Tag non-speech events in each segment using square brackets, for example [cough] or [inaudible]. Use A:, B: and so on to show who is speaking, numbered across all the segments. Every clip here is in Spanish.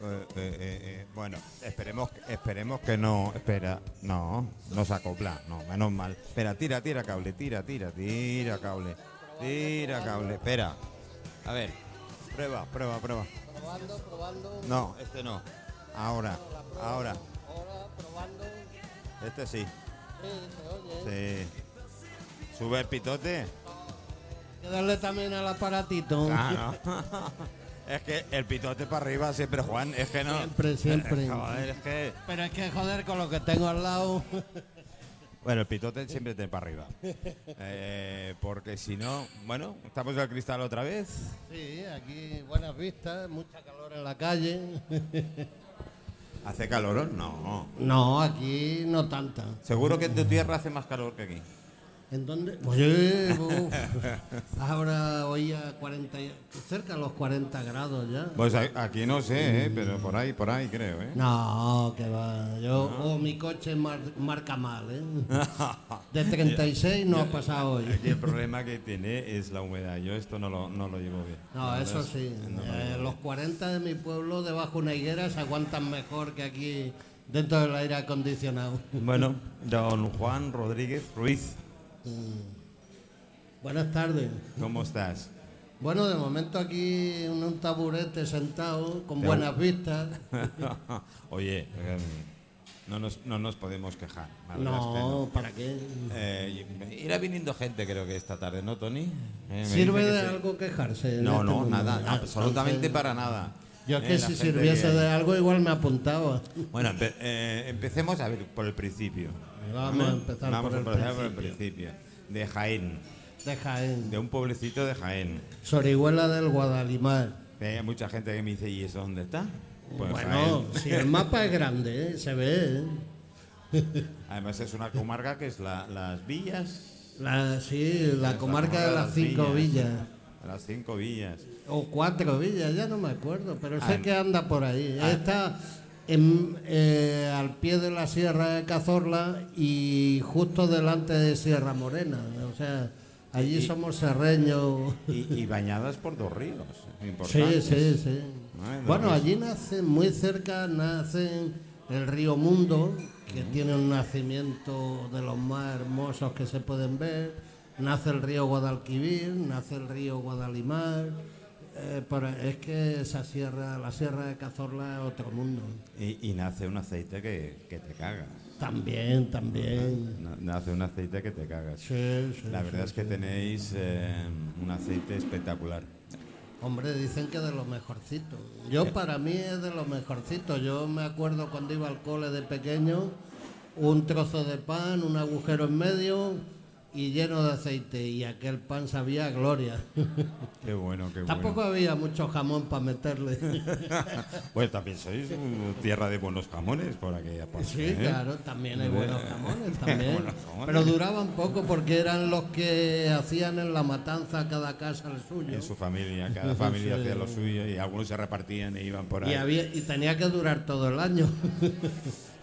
A: eh, eh, eh, bueno, esperemos, esperemos que no. Espera, no, no se acopla, no, menos mal. Espera, tira, tira cable, tira, tira, tira cable, tira cable. Espera, a ver, prueba, prueba, prueba.
B: Probando, probando.
A: No, este no. Ahora,
B: La prueba,
A: ahora,
B: Ahora, probando.
A: este sí.
B: Sí, se oye.
A: Sí. Sube el pitote.
B: Hay que darle también al aparatito.
A: Ah, no. Es que el pitote para arriba siempre, Juan. Es que no.
B: Siempre, siempre.
A: Joder, es que.
B: Pero es que joder con lo que tengo al lado. [laughs]
A: Bueno, el pitote siempre te para arriba. Eh, porque si no. Bueno, estamos al cristal otra vez.
B: Sí, aquí buenas vistas, mucha calor en la calle. [laughs]
A: ¿Hace calor? No.
B: No, aquí no tanta.
A: Seguro que en tu tierra hace más calor que aquí.
B: ¿En dónde? Oye, uf. ahora hoy a 40, y- cerca de los 40 grados ya.
A: Pues a- aquí no sé, eh, pero por ahí, por ahí creo, [laughs] ¿eh?
B: No, que va. Yo, oh, mi coche mar- marca mal,
A: Ah.
B: ¿eh? De 36 no ha pasado hoy.
A: Aquí el problema que tiene es la humedad. Yo esto no lo, no lo llevo bien.
B: No,
A: La
B: eso
A: verdad
B: sí.
A: es- no lo
B: Eh,
A: llevo bien.
B: los 40 de mi pueblo debajo de una higuera se aguantan mejor que aquí dentro del aire acondicionado.
A: Bueno, don Juan Rodríguez Ruiz,
B: Buenas tardes.
A: ¿cómo estás? [laughs]
B: Bueno, de momento aquí en un taburete sentado con
A: Te-
B: buenas vistas.
A: Oye, eh, no nos, no nos podemos quejar. la verdad es que
B: No, ¿para qué?
A: Eh, y- irá viniendo gente, creo que esta tarde, ¿no, Tony? Eh, me
B: ¿Sirve
A: dice
B: de
A: que sí.
B: algo quejarse? en
A: No,
B: este
A: no,
B: mundo?
A: nada,
B: Ah,
A: absolutamente
B: entonces,
A: para nada.
B: Yo es
A: Eh,
B: que
A: la
B: si
A: gente
B: sirviese
A: que-
B: de algo igual me apuntaba.
A: Bueno, empe- eh, empecemos a ver por el principio.
B: Vamos a empezar
A: Vamos
B: por
A: a
B: el
A: empezar por el
B: principio.
A: principio. De Jaén,
B: De Jaén.
A: de un pueblecito de Jaén.
B: Sorihuela del Guadalimar.
A: Eh, Hay mucha gente que me dice, ¿y eso dónde está? Pues
B: bueno,
A: Jaén.
B: si el mapa es grande, ¿eh? se ve. ¿eh?
A: Además es una comarca que es la- las villas.
B: La, sí, la
A: es
B: comarca de las cinco villas.
A: Las cinco villas.
B: O cuatro villas, ya no me acuerdo, pero sé
A: Ah,
B: que anda por ahí.
A: ah.
B: Está en- eh, al pie de la Sierra de Cazorla y justo delante de Sierra Morena. O sea, allí somos serreños.
A: Y, y bañadas por dos ríos.
B: Sí,
A: importantes.
B: sí, sí.
A: Bueno,
B: Bueno,
A: pues-
B: allí nace, muy cerca, nace el río Mundo, que tiene un nacimiento de los más hermosos que se pueden ver. Nace el río Guadalquivir, nace el río Guadalimar. eh, por- es que esa sierra, la sierra de Cazorla es otro mundo.
A: Y, y nace un aceite que, que te cagas.
B: También, también.
A: Na- Nace un aceite que te cagas.
B: Sí, sí,
A: Ah. La verdad
B: sí,
A: es que
B: sí.
A: tenéis eh, un aceite espectacular.
B: Hombre, dicen que de lo mejorcito. Yo para mí es de lo mejorcito. Yo me acuerdo cuando iba al cole de pequeño, un trozo de pan, un agujero en medio y lleno de aceite. Y aquel pan sabía a gloria.
A: Qué bueno, qué
B: Tampoco
A: bueno.
B: había mucho jamón para meterle.
A: Pues también sois uh, tierra de buenos jamones por aquella parte.
B: [laughs] Sí,
A: ¿eh?
B: claro, también hay buenos
A: [laughs]
B: jamones, también.
A: Buenos jamones.
B: Pero duraban poco porque eran los que hacían en la matanza cada casa el suyo.
A: En su familia,
B: [laughs]
A: cada familia
B: Sí.
A: hacía lo suyo y algunos se repartían e iban por ahí.
B: Y, había, y tenía que durar todo el año.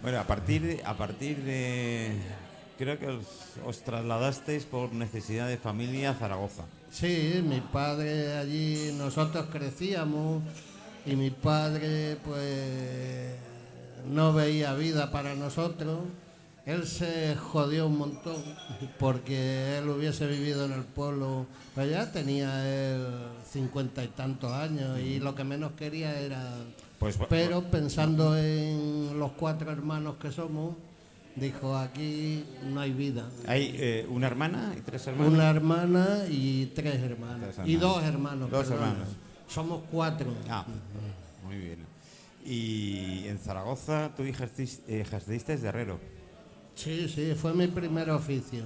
A: Bueno, a partir de, a partir de creo que os, os trasladasteis por necesidad de familia a Zaragoza.
B: Sí, mi padre allí, nosotros crecíamos y mi padre pues no veía vida para nosotros. Él se jodió un montón porque él hubiese vivido en el pueblo, pero ya tenía él cincuenta y tantos años y lo que menos quería era...
A: Pues bu-
B: Pero pensando en los cuatro hermanos que somos, dijo, aquí no hay vida.
A: Hay eh, una hermana y tres hermanos.
B: Una hermana y tres hermanas.
A: Tres
B: Y
A: hermanas.
B: dos hermanos.
A: Dos
B: perdona.
A: hermanos.
B: Somos cuatro.
A: Ah, muy bien. Y en Zaragoza tú ejercis- ejerciste de herrero. [laughs]
B: Sí, sí, fue mi primer oficio.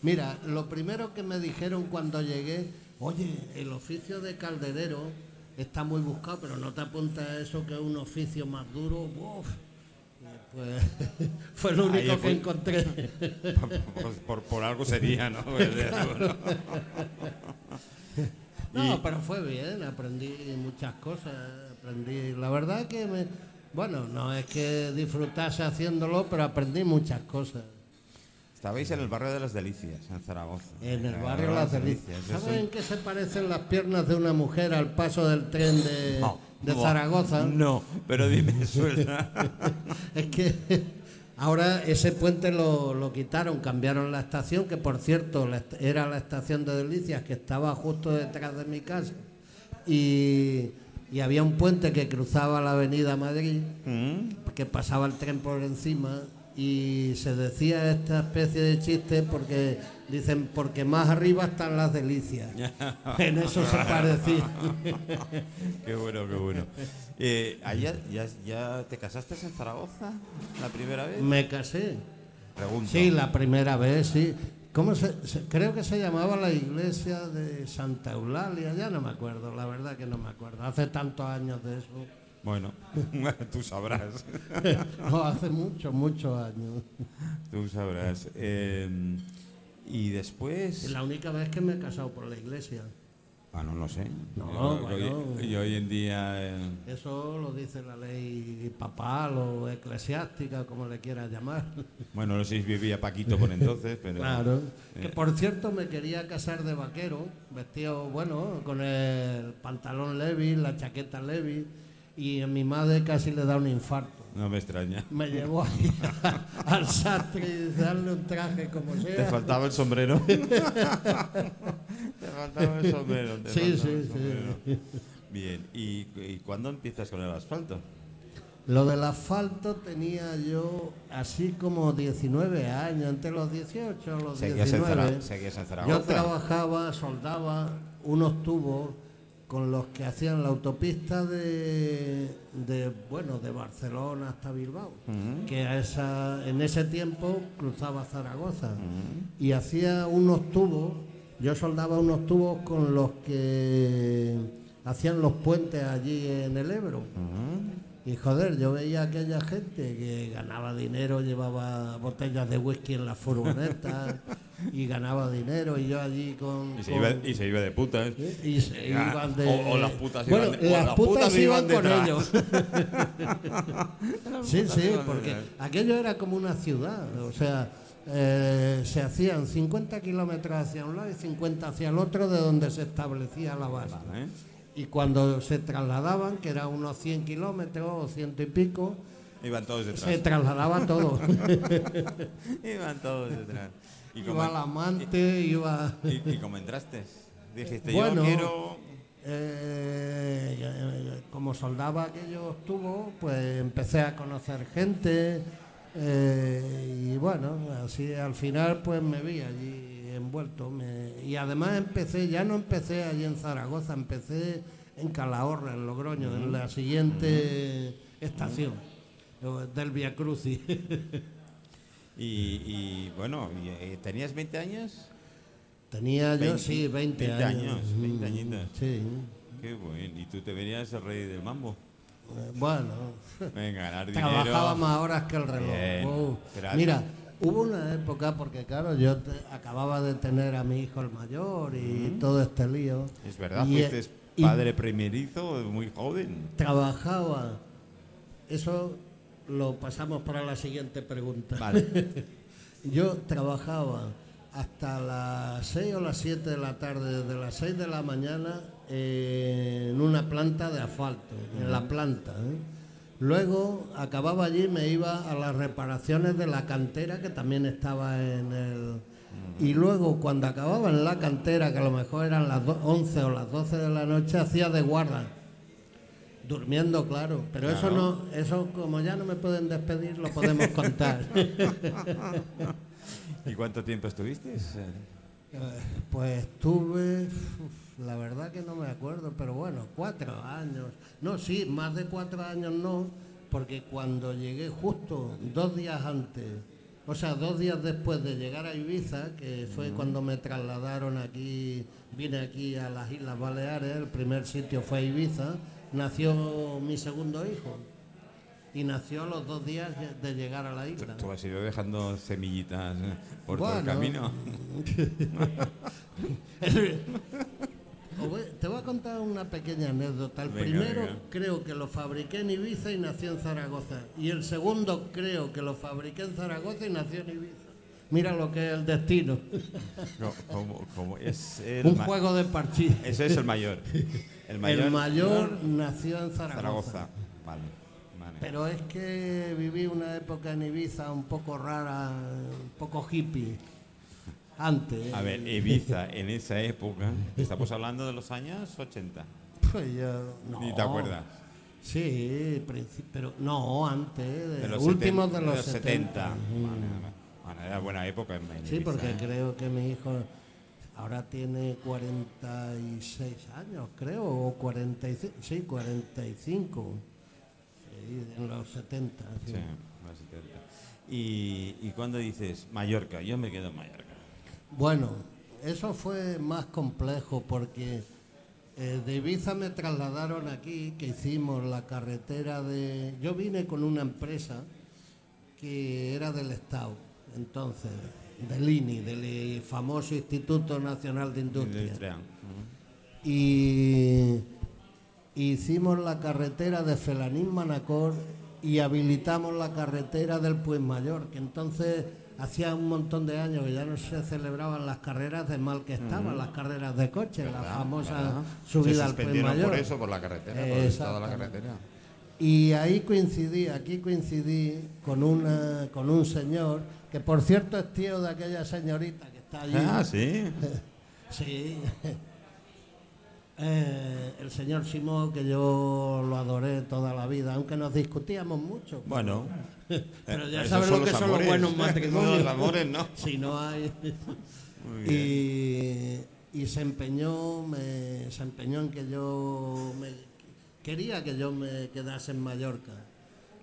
B: Mira, lo primero que me dijeron cuando llegué, oye, el oficio de calderero está muy buscado, pero no te apuntas a eso que es un oficio más duro. Uf. Y Pues [laughs] fue lo
A: Ahí
B: único que
A: fui.
B: encontré.
A: por, por- por algo sería, ¿no? [laughs]
B: No, pero fue bien, aprendí muchas cosas, aprendí, la verdad que me, bueno, no es que disfrutase haciéndolo, pero aprendí muchas cosas.
A: Estabais en el barrio de las Delicias, en Zaragoza. Ah,
B: En el barrio Las Delicias.
A: Eso es
B: ¿Saben qué se parecen las piernas de una mujer al paso del tren de,
A: No.
B: de
A: Buah,
B: Zaragoza.
A: No, pero dime, [laughs] suena.
B: Es que [laughs] ahora ese puente lo, lo quitaron, cambiaron la estación, que por cierto la est- era la estación de Delicias, que estaba justo detrás de mi casa. Y, y había un puente que cruzaba la avenida Madrid, que pasaba el tren por encima. Y se decía esta especie de chiste porque dicen, porque más arriba están las delicias. En eso se parecía.
A: qué bueno, qué bueno. Eh, allá, ya, ya te casaste en Zaragoza la primera vez?
B: Me casé.
A: Pregunto.
B: Sí, la primera vez, sí. ¿Cómo se, se- creo que se llamaba la iglesia de Santa Eulalia, ya no me acuerdo, la verdad que no me acuerdo. Hace tantos años de eso. [laughs]
A: Bueno, [laughs] tú sabrás.
B: No, hace muchos, muchos años.
A: Tú sabrás. Eh, y
B: Es
A: después.
B: la única vez que me he casado por la iglesia.
A: Ah, no lo sé.
B: No,
A: Yo- yo-
B: bueno.
A: Y hoy en día. eh,
B: Eso lo dice la ley papal o eclesiástica, como le quieras llamar.
A: bueno, no sé si vivía Paquito por entonces, pero.
B: Claro. Que por cierto me quería casar de vaquero, vestido, bueno, con el pantalón Levi, la chaqueta Levi, y a mi madre casi le da un infarto.
A: No me extraña.
B: Me llevó ahí al sastre y darle un traje como
A: Te
B: sea.
A: faltaba el
B: [laughs]
A: sombrero. te faltaba el sombrero. te
B: Sí,
A: faltaba
B: sí,
A: el
B: sí.
A: sombrero. Bien, ¿Y, y cuándo empiezas con el asfalto?
B: Lo del asfalto tenía yo así como 19 años, entre los 18 o los
A: Seguías en,
B: 19.
A: Zara- seguías en
B: Yo
A: Zaragoza.
B: trabajaba, soldaba unos tubos con los que hacían la autopista de, de, bueno, de Barcelona hasta Bilbao, que a esa, en ese tiempo cruzaba Zaragoza y hacía unos tubos, yo soldaba unos tubos con los que hacían los puentes allí en el Ebro. Y joder, yo veía a aquella gente que ganaba dinero, llevaba botellas de whisky en
A: [laughs]
B: la furgoneta y ganaba dinero y yo allí con...
A: y, se
B: con-
A: iba, y se iba de putas.
B: y se
A: Ah,
B: iban de...
A: o- o las putas
B: bueno,
A: iban de- o
B: las,
A: las
B: putas,
A: putas
B: iban,
A: iban
B: con
A: detrás.
B: ellos. sí, sí,
A: iban
B: porque
A: detrás.
B: aquello era como una ciudad, o sea, eh, se hacían 50 kilómetros hacia un lado y 50 hacia el otro de donde se establecía la base.
A: ¿Eh?
B: Y cuando se trasladaban, que era unos 100 kilómetros o ciento y pico,
A: Iban todos
B: se
A: detrás.
B: trasladaba todo.
A: Iban todos detrás. ¿Y cómo,
B: iba el amante, iba...
A: y- y cómo entraste? Dijiste,
B: Bueno.
A: yo quiero...
B: Eh, eh, como soldaba aquellos tubos, pues empecé a conocer gente eh, y bueno, así al final pues me vi allí envuelto. me- y además empecé, ya no empecé allí en Zaragoza, empecé en Calahorra, en Logroño, en la siguiente estación eh, del Via Crucis. [laughs]
A: Y, y, bueno, y, eh, ¿tenías 20 años?
B: Tenía yo,
A: 20,
B: sí, 20,
A: 20 años, 20
B: Mm,
A: añitos.
B: Sí.
A: Qué bueno. ¿Y tú te venías el rey del mambo?
B: Eh, Bueno,
A: Venga, ganar dinero.
B: Trabajaba más horas que el reloj.
A: Bien,
B: Uh,
A: gracias.
B: mira, hubo una época, porque claro, yo te- acababa de tener a mi hijo el mayor y todo este lío.
A: Es verdad,
B: Y, eh,
A: fuiste
B: y
A: padre primerizo, muy joven.
B: trabajaba. Eso lo pasamos para la siguiente pregunta.
A: Vale.
B: Yo trabajaba hasta las 6 o las 7 de la tarde, desde las 6 de la mañana, eh, en una planta de asfalto, en la planta. ¿eh? Luego acababa allí, y me iba a las reparaciones de la cantera, que también estaba en el... Y luego cuando acababa en la cantera, que a lo mejor eran las do- 11 o las 12 de la noche, hacía de guarda. Durmiendo, claro, pero eso
A: Claro.
B: no, eso como ya no me pueden despedir, lo podemos contar.
A: ¿Y cuánto tiempo estuviste?
B: Eh, Pues tuve, uf, la verdad que no me acuerdo, pero bueno, cuatro años. No, sí, más de cuatro años no, porque cuando llegué justo dos días antes, o sea, dos días después de llegar a Ibiza, que fue cuando me trasladaron aquí, vine aquí a las Islas Baleares, el primer sitio fue Ibiza, nació mi segundo hijo. Y nació a los dos días de llegar a la
A: Tú-
B: isla.
A: Tú has ido dejando semillitas eh, por todo el
B: Bueno.
A: camino. [laughs]
B: [laughs] Os voy- Te voy a contar una pequeña anécdota. El
A: Venga,
B: primero
A: venga.
B: creo que lo fabriqué en Ibiza y nació en Zaragoza. Y el segundo creo que lo fabriqué en Zaragoza y nació en Ibiza. Mira lo que es el destino.
A: No, como, como es el
B: Un
A: ma-
B: juego de partida.
A: Ese es el mayor. [laughs] El mayor.
B: el mayor nació en
A: Zaragoza. Vale. vale.
B: Pero es que viví una época en Ibiza un poco rara, un poco hippie. Antes.
A: A ver, Ibiza en esa época, estamos hablando de los años 80.
B: Pues yo- no.
A: Ni te acuerdas.
B: Sí, princi- pero no, antes, de
A: De los
B: últimos
A: seten-
B: de los 70.
A: 70. Vale, vale. Bueno, era buena época en en
B: Sí,
A: Ibiza,
B: porque
A: ¿eh?
B: creo que mi hijo ahora tiene 46 años, creo, o 45, sí, 45, sí, en los 70.
A: Sí,
B: sí.
A: los 70. Y, y cuando dices Mallorca, yo me quedo en Mallorca.
B: Bueno, eso fue más complejo porque eh, de Ibiza me trasladaron aquí, que hicimos la carretera de... Yo vine con una empresa que era del Estado, entonces, del INI, del famoso Instituto Nacional de Industria.
A: Industrial.
B: y hicimos la carretera de Felanín Manacor y habilitamos la carretera del Puigmayor, que entonces hacía un montón de años que ya no se celebraban las carreras de mal que estaban, las carreras de coche, la
A: ¿Verdad?
B: famosa
A: ¿Verdad? Se
B: subida al
A: suspendieron
B: Puigmayor.
A: por eso, por la carretera,
B: Eh,
A: por el estado de la
B: Exactamente.
A: carretera.
B: Y ahí coincidí, aquí coincidí con una con un señor que por cierto es tío de aquella señorita que está allí.
A: Ah,
B: [laughs]
A: sí.
B: Sí. [laughs] Eh, el señor Simón, que yo lo adoré toda la vida, aunque nos discutíamos mucho.
A: Bueno. Eh,
B: Pero ya
A: Esos
B: sabes lo que son los
A: amores.
B: buenos matrimonios.
A: [laughs] los amores, ¿no?
B: Si no hay.
A: Muy bien.
B: [laughs] Y, y se empeñó, me- se empeñó en que yo me- quería que yo me quedase en Mallorca.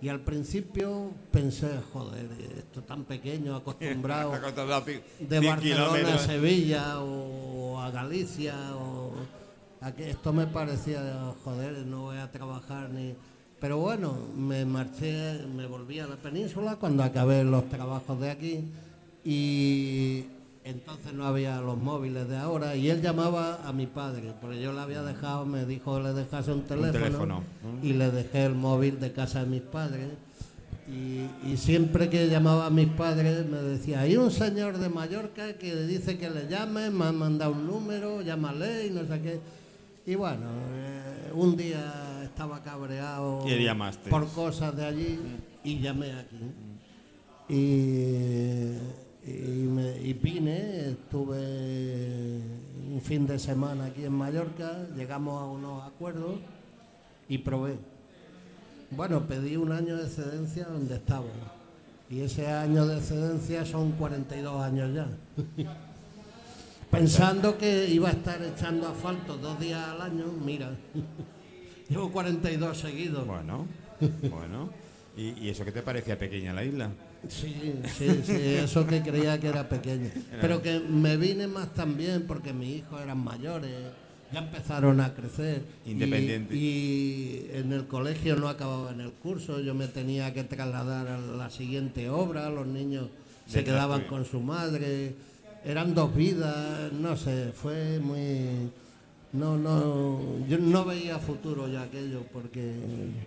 B: Y al principio pensé, joder, esto tan
A: [laughs]
B: pequeño, acostumbrado de Barcelona a Sevilla o a Galicia o a que esto me parecía joder no voy a trabajar ni pero bueno me marché me volví a la península cuando acabé los trabajos de aquí y entonces no había los móviles de ahora y él llamaba a mi padre porque yo le había dejado me dijo le dejase un teléfono,
A: teléfono.
B: y le dejé el móvil de casa de mis padres y, y siempre que llamaba a mis padres me decía, hay un señor de Mallorca que dice que le llame, me ha mandado un número, llámale y no sé qué. Y bueno, eh, un día estaba cabreado
A: ¿Qué llamaste?
B: por cosas de allí y llamé aquí. Y, y me- y vine, estuve un fin de semana aquí en Mallorca, llegamos a unos acuerdos y probé. Bueno, pedí un año de excedencia donde estaba. Y ese año de excedencia son 42 años ya. [laughs] Pensando que iba a estar echando asfalto dos días al año, mira, [laughs] llevo 42 seguidos.
A: Bueno, bueno. ¿Y, y eso qué te parecía pequeña la isla?
B: Sí, sí, sí, eso que creía que era pequeño. Pero que me vine más también porque mis hijos eran mayores, ya empezaron a crecer. Y-
A: Independiente.
B: Y, en el colegio no acababa en el curso, yo me tenía que trasladar a la siguiente obra, los niños se
A: Detrás
B: quedaban
A: tuyo.
B: con su madre, eran dos vidas, no sé, fue muy... No, no, yo no veía futuro ya aquello, porque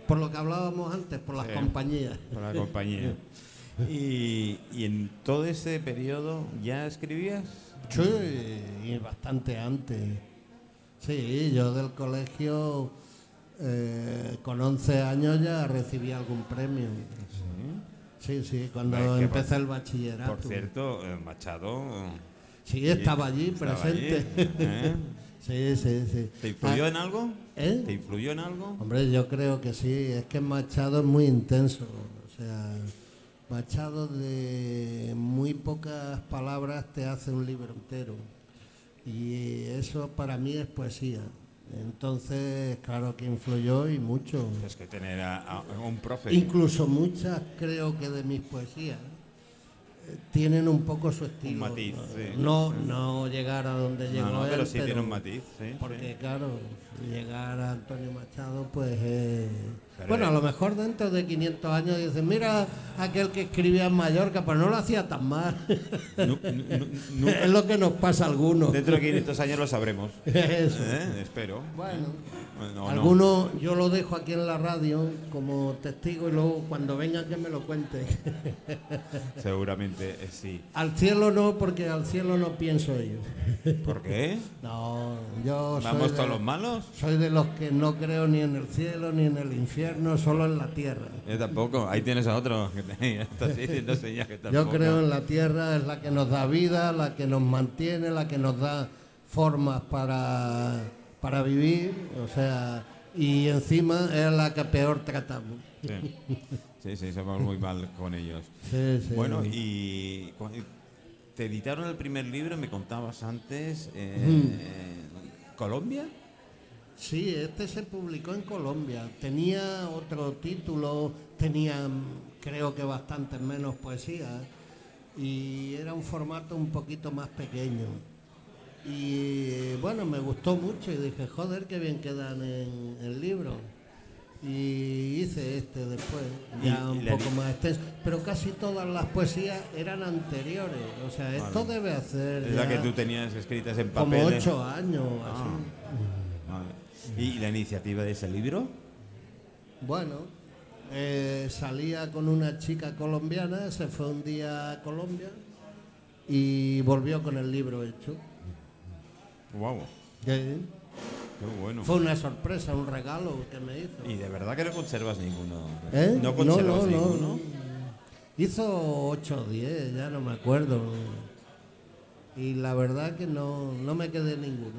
B: por lo que hablábamos antes, por las
A: Sí.
B: compañías.
A: Con la compañía.
B: [laughs]
A: Y, y en todo ese periodo ya escribías.
B: Sí, y eh, bastante antes. Sí, yo del colegio eh, con 11 años ya recibí algún premio. Sí, sí, cuando
A: Ay, qué
B: empecé
A: por-
B: el bachillerato.
A: Por cierto, eh, Machado. eh,
B: sí, estaba allí
A: estaba
B: presente.
A: allí, ¿eh?
B: [laughs] sí, sí, sí.
A: ¿Te influyó
B: Ah,
A: en algo?
B: ¿eh?
A: ¿Te influyó en algo?
B: Hombre, yo creo que sí, es que Machado es muy intenso, o sea, Machado de muy pocas palabras te hace un libro entero y eso para mí es poesía. Entonces, claro que influyó y mucho.
A: Es que tener a, a un profe.
B: Incluso muchas creo que de mis poesías eh, tienen un poco su estilo.
A: matiz, sí.
B: No, no llegar a donde llegó
A: no, no,
B: él,
A: pero sí tiene un matiz. sí, sí.
B: porque claro, llegar a Antonio Machado, pues eh,
A: Pero
B: bueno, a
A: es-
B: lo mejor dentro de 500 años dicen, mira, aquel que escribía en Mallorca, pero no lo hacía tan mal.
A: Nu- nu- nu- nunca-
B: [laughs] es lo que nos pasa a algunos.
A: Dentro de 500 años lo sabremos.
B: [laughs] Eso.
A: ¿Eh? Espero.
B: Bueno,
A: No, no.
B: algunos yo lo dejo aquí en la radio como testigo y luego cuando vengan que me lo cuenten.
A: Seguramente eh, sí.
B: [laughs] al cielo no, porque al cielo no pienso yo.
A: ¿Por qué?
B: No, yo soy
A: ¿Vamos
B: de,
A: todos los malos?
B: soy de los que no creo ni en el cielo ni en el infierno, solo en la tierra.
A: Yo tampoco. Ahí tienes a otro. que te- [laughs]
B: [laughs]
A: Estás diciendo señas que tampoco.
B: Yo creo en la tierra, es la que nos da vida, la que nos mantiene, la que nos da formas para, para vivir, o sea, y encima es la que peor tratamos.
A: Sí. sí, sí, somos muy mal con ellos.
B: Sí, sí.
A: Bueno, y cu- te editaron el primer libro, me contabas antes, eh, Colombia.
B: Sí, este se publicó en Colombia. Tenía otro título, tenía mm, creo que bastante menos poesía y era un formato un poquito más pequeño. Y eh, bueno, me gustó mucho y dije, joder, qué bien quedan en el libro. Y hice este después,
A: Y-
B: ya
A: y
B: un
A: la
B: poco
A: li-
B: más extenso. Pero casi todas las poesías eran anteriores. O sea, esto
A: Vale.
B: debe hacer
A: Es la
B: ya
A: que tú Ah. tenías escritas en papel.
B: como
A: ¿eh?
B: ocho años. así.
A: Vale. ¿Y la iniciativa de ese libro?
B: Bueno, eh, salía con una chica colombiana, se fue un día a Colombia y volvió con el libro hecho.
A: Guau, qué bueno.
B: Fue una sorpresa, un regalo que me hizo.
A: Y de verdad que no conservas ninguno.
B: ¿Eh?
A: No conservas
B: No, no, no.
A: ninguno.
B: Hizo 8 o 10, ya no me acuerdo. Y la verdad que no, no me quedé ninguno.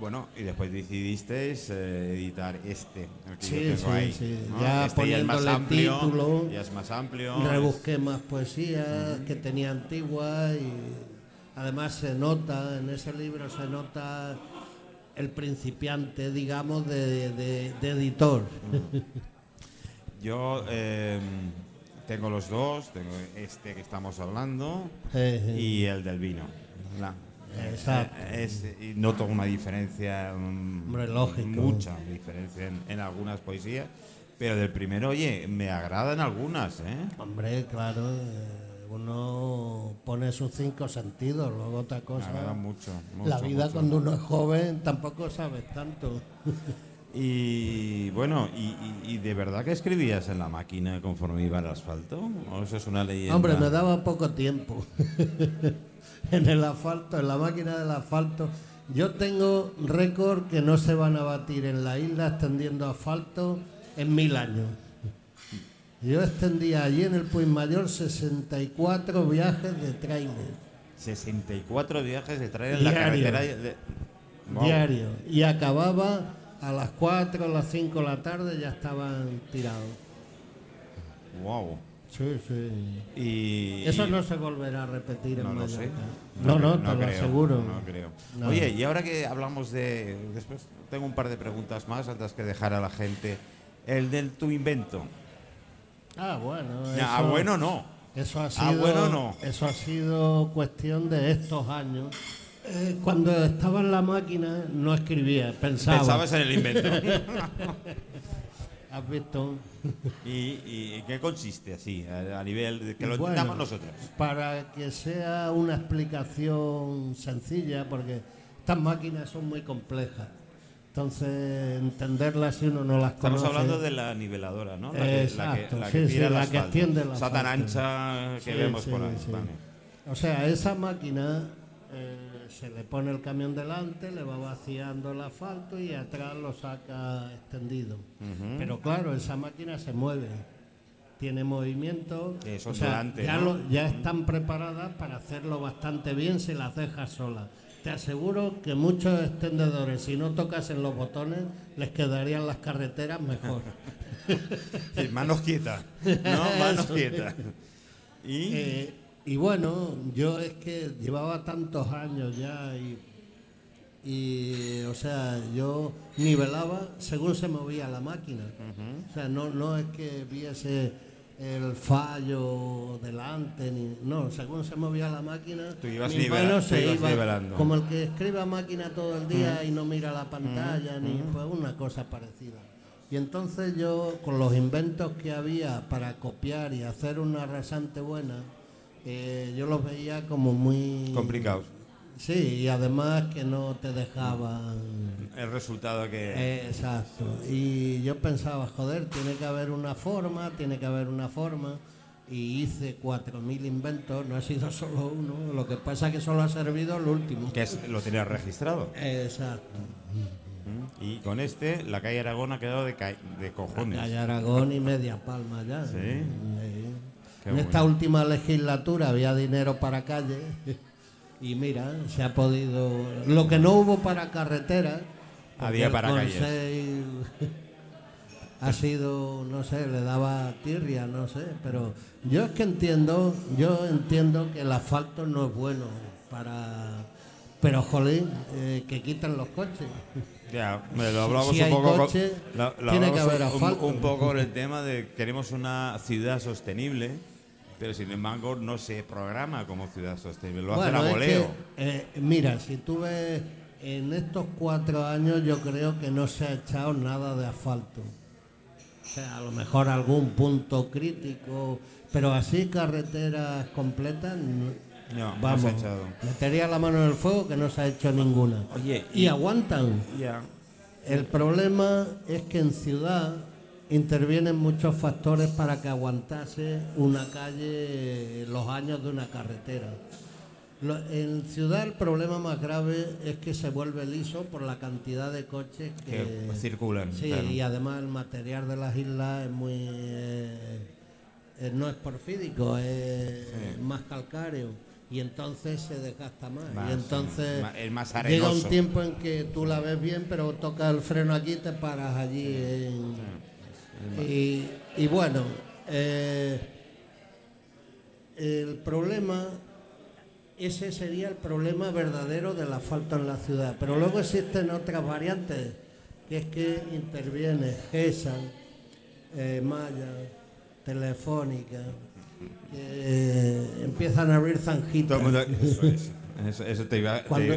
A: Bueno, y después decidisteis eh, editar este, el que
B: Sí,
A: yo tengo
B: sí,
A: ahí.
B: sí.
A: ¿no? este
B: Ya
A: es más
B: poniéndole
A: amplio,
B: título,
A: ya es más amplio.
B: Rebusqué más poesías que tenía antiguas y además se nota, en ese libro se nota el principiante, digamos, de, de- de editor.
A: Yo eh, tengo los dos, tengo este que estamos hablando
B: Eh,
A: y el del vino. La-
B: Exacto.
A: eh, es- y noto una diferencia, mm,
B: Hombre, lógico.
A: mucha diferencia en, en algunas poesías, pero del primero, oye, me agradan algunas, ¿eh?
B: Hombre, claro, eh, uno pone sus cinco sentidos, luego otra
A: Me
B: cosa.
A: agradan mucho.
B: La
A: mucho,
B: vida
A: mucho.
B: cuando uno es joven tampoco sabes tanto.
A: Y bueno, y, y- y de verdad que escribías en la máquina conforme iba al asfalto? ¿O eso es una leyenda?
B: Hombre, me daba poco tiempo. [laughs] en el asfalto, en la máquina del asfalto. Yo tengo récord que no se van a batir en la isla extendiendo asfalto en mil años. Yo extendía allí en el Puigmayor 64 viajes de trailer
A: 64 viajes de traer en la
B: Diario.
A: carretera. de- Guau.
B: diario y acababa a las 4 a las 5 de la tarde ya estaban tirados.
A: Wow.
B: Sí, sí.
A: Y
B: Eso no se volverá a repetir
A: No
B: en
A: lo
B: Mallorca.
A: sé.
B: ¿eh? No, no,
A: cre-
B: te lo
A: creo,
B: aseguro.
A: No creo.
B: No.
A: Oye, y ahora que hablamos de. Después tengo un par de preguntas más antes que dejar a la gente. El del tu invento.
B: Ah, bueno. Eso,
A: Ah, bueno, no.
B: Eso ha sido,
A: Ah, bueno, no.
B: Eso ha sido cuestión de estos años. Eh, cuando estaba en la máquina no escribía, pensaba.
A: Pensabas en el invento. [laughs]
B: ¿Has visto?
A: ¿Y, y en qué consiste así? A, a nivel de que lo
B: Bueno.
A: entendamos nosotros.
B: Para que sea una explicación sencilla, porque estas máquinas son muy complejas. Entonces, entenderlas si uno no las
A: Estamos
B: conoce.
A: hablando de la niveladora, ¿no? La que, la que,
B: Exacto,
A: la que
B: sí, sí,
A: tira el
B: la que
A: asfalto.
B: extiende el
A: Esa tan
B: asfalto.
A: ancha que
B: Sí,
A: vemos
B: sí,
A: por ahí.
B: sí.
A: Vale.
B: O sea, esa máquina eh, se le pone el camión delante, le va vaciando el asfalto y atrás lo saca extendido. Pero claro, esa máquina se mueve, tiene movimiento.
A: Eh, son
B: o sea,
A: volantes,
B: ya,
A: ¿no?
B: lo- ya están preparadas para hacerlo bastante bien si las dejas solas. Te aseguro que muchos extendedores, si no tocasen los botones, les quedarían las carreteras mejor.
A: [laughs] Sí, manos quietas.
B: [laughs]
A: No, manos quietas. Y
B: Eh, y bueno, yo es que llevaba tantos años ya y, y, o sea, yo nivelaba según se movía la máquina. O sea, no, no es que viese el fallo delante, ni, no, según se movía la máquina,
A: Tú ibas
B: mi
A: nivela-
B: mano
A: tú ibas nivelando.
B: Como el que escribe a máquina todo el día y no mira la pantalla, ni pues una cosa parecida. Y entonces yo, con los inventos que había para copiar y hacer una rasante buena, eh, yo los veía como muy...
A: Complicados.
B: Sí, y además que no te dejaban...
A: El resultado que...
B: Eh, exacto. Y yo pensaba, joder, tiene que haber una forma, tiene que haber una forma. Y hice 4.000 inventos, no ha sido solo uno. Lo que pasa es que solo ha servido el último.
A: que es- lo tenía registrado.
B: Exacto.
A: Y con este, la calle Aragón ha quedado de, ca- de cojones.
B: Calle Aragón y media palma ya.
A: Sí. Qué
B: En esta
A: bueno.
B: última legislatura había dinero para calle y mira, se ha podido... Lo que no hubo para carretera, porque
A: Había
B: el
A: para calles.
B: Consell [laughs] ha sido, no sé, le daba tirria, no sé, pero yo es que entiendo, yo entiendo que el asfalto no es bueno para... Pero jolín, eh, que quitan los coches.
A: Ya, me lo hablamos
B: Si
A: un
B: hay
A: poco. con-
B: coche,
A: lo- lo
B: tiene que
A: hablamos
B: haber
A: un-
B: asfalto.
A: un poco con el tema de queremos una ciudad sostenible, pero sin embargo no se programa como ciudad sostenible, lo hace la
B: es que,
A: voleo.
B: eh, mira, si tú ves en estos cuatro años, yo creo que no se ha echado nada de asfalto. O sea, a lo mejor algún punto crítico, pero así carreteras completas. no-
A: No, no
B: vamos,
A: se ha echado.
B: metería la mano en el fuego que no se ha hecho ninguna.
A: Oye,
B: y,
A: y-
B: aguantan.
A: Ya.
B: El problema es que en ciudad intervienen muchos factores para que aguantase una calle eh, los años de una carretera. Lo- en ciudad el problema más grave es que se vuelve liso por la cantidad de coches que,
A: Que pues, circulan,
B: Eh, Sí,
A: claro.
B: y además el material de las islas es muy eh, eh, no es porfídico, es más calcáreo y entonces se desgasta más.
A: Más, eh,
B: y entonces
A: ma- es más
B: llega un
A: arenoso.
B: tiempo en que tú la ves bien, pero toca el freno aquí y te paras allí. en- y, y bueno, eh, el problema, ese sería el problema verdadero del asfalto en la ciudad. Pero luego existen otras variantes, que es que interviene GESA, eh, Maya, Telefónica, eh, empiezan a abrir
A: Todo
B: zanjitas.
A: el mundo- eso es. Eso, eso te iba te-
B: Cuando,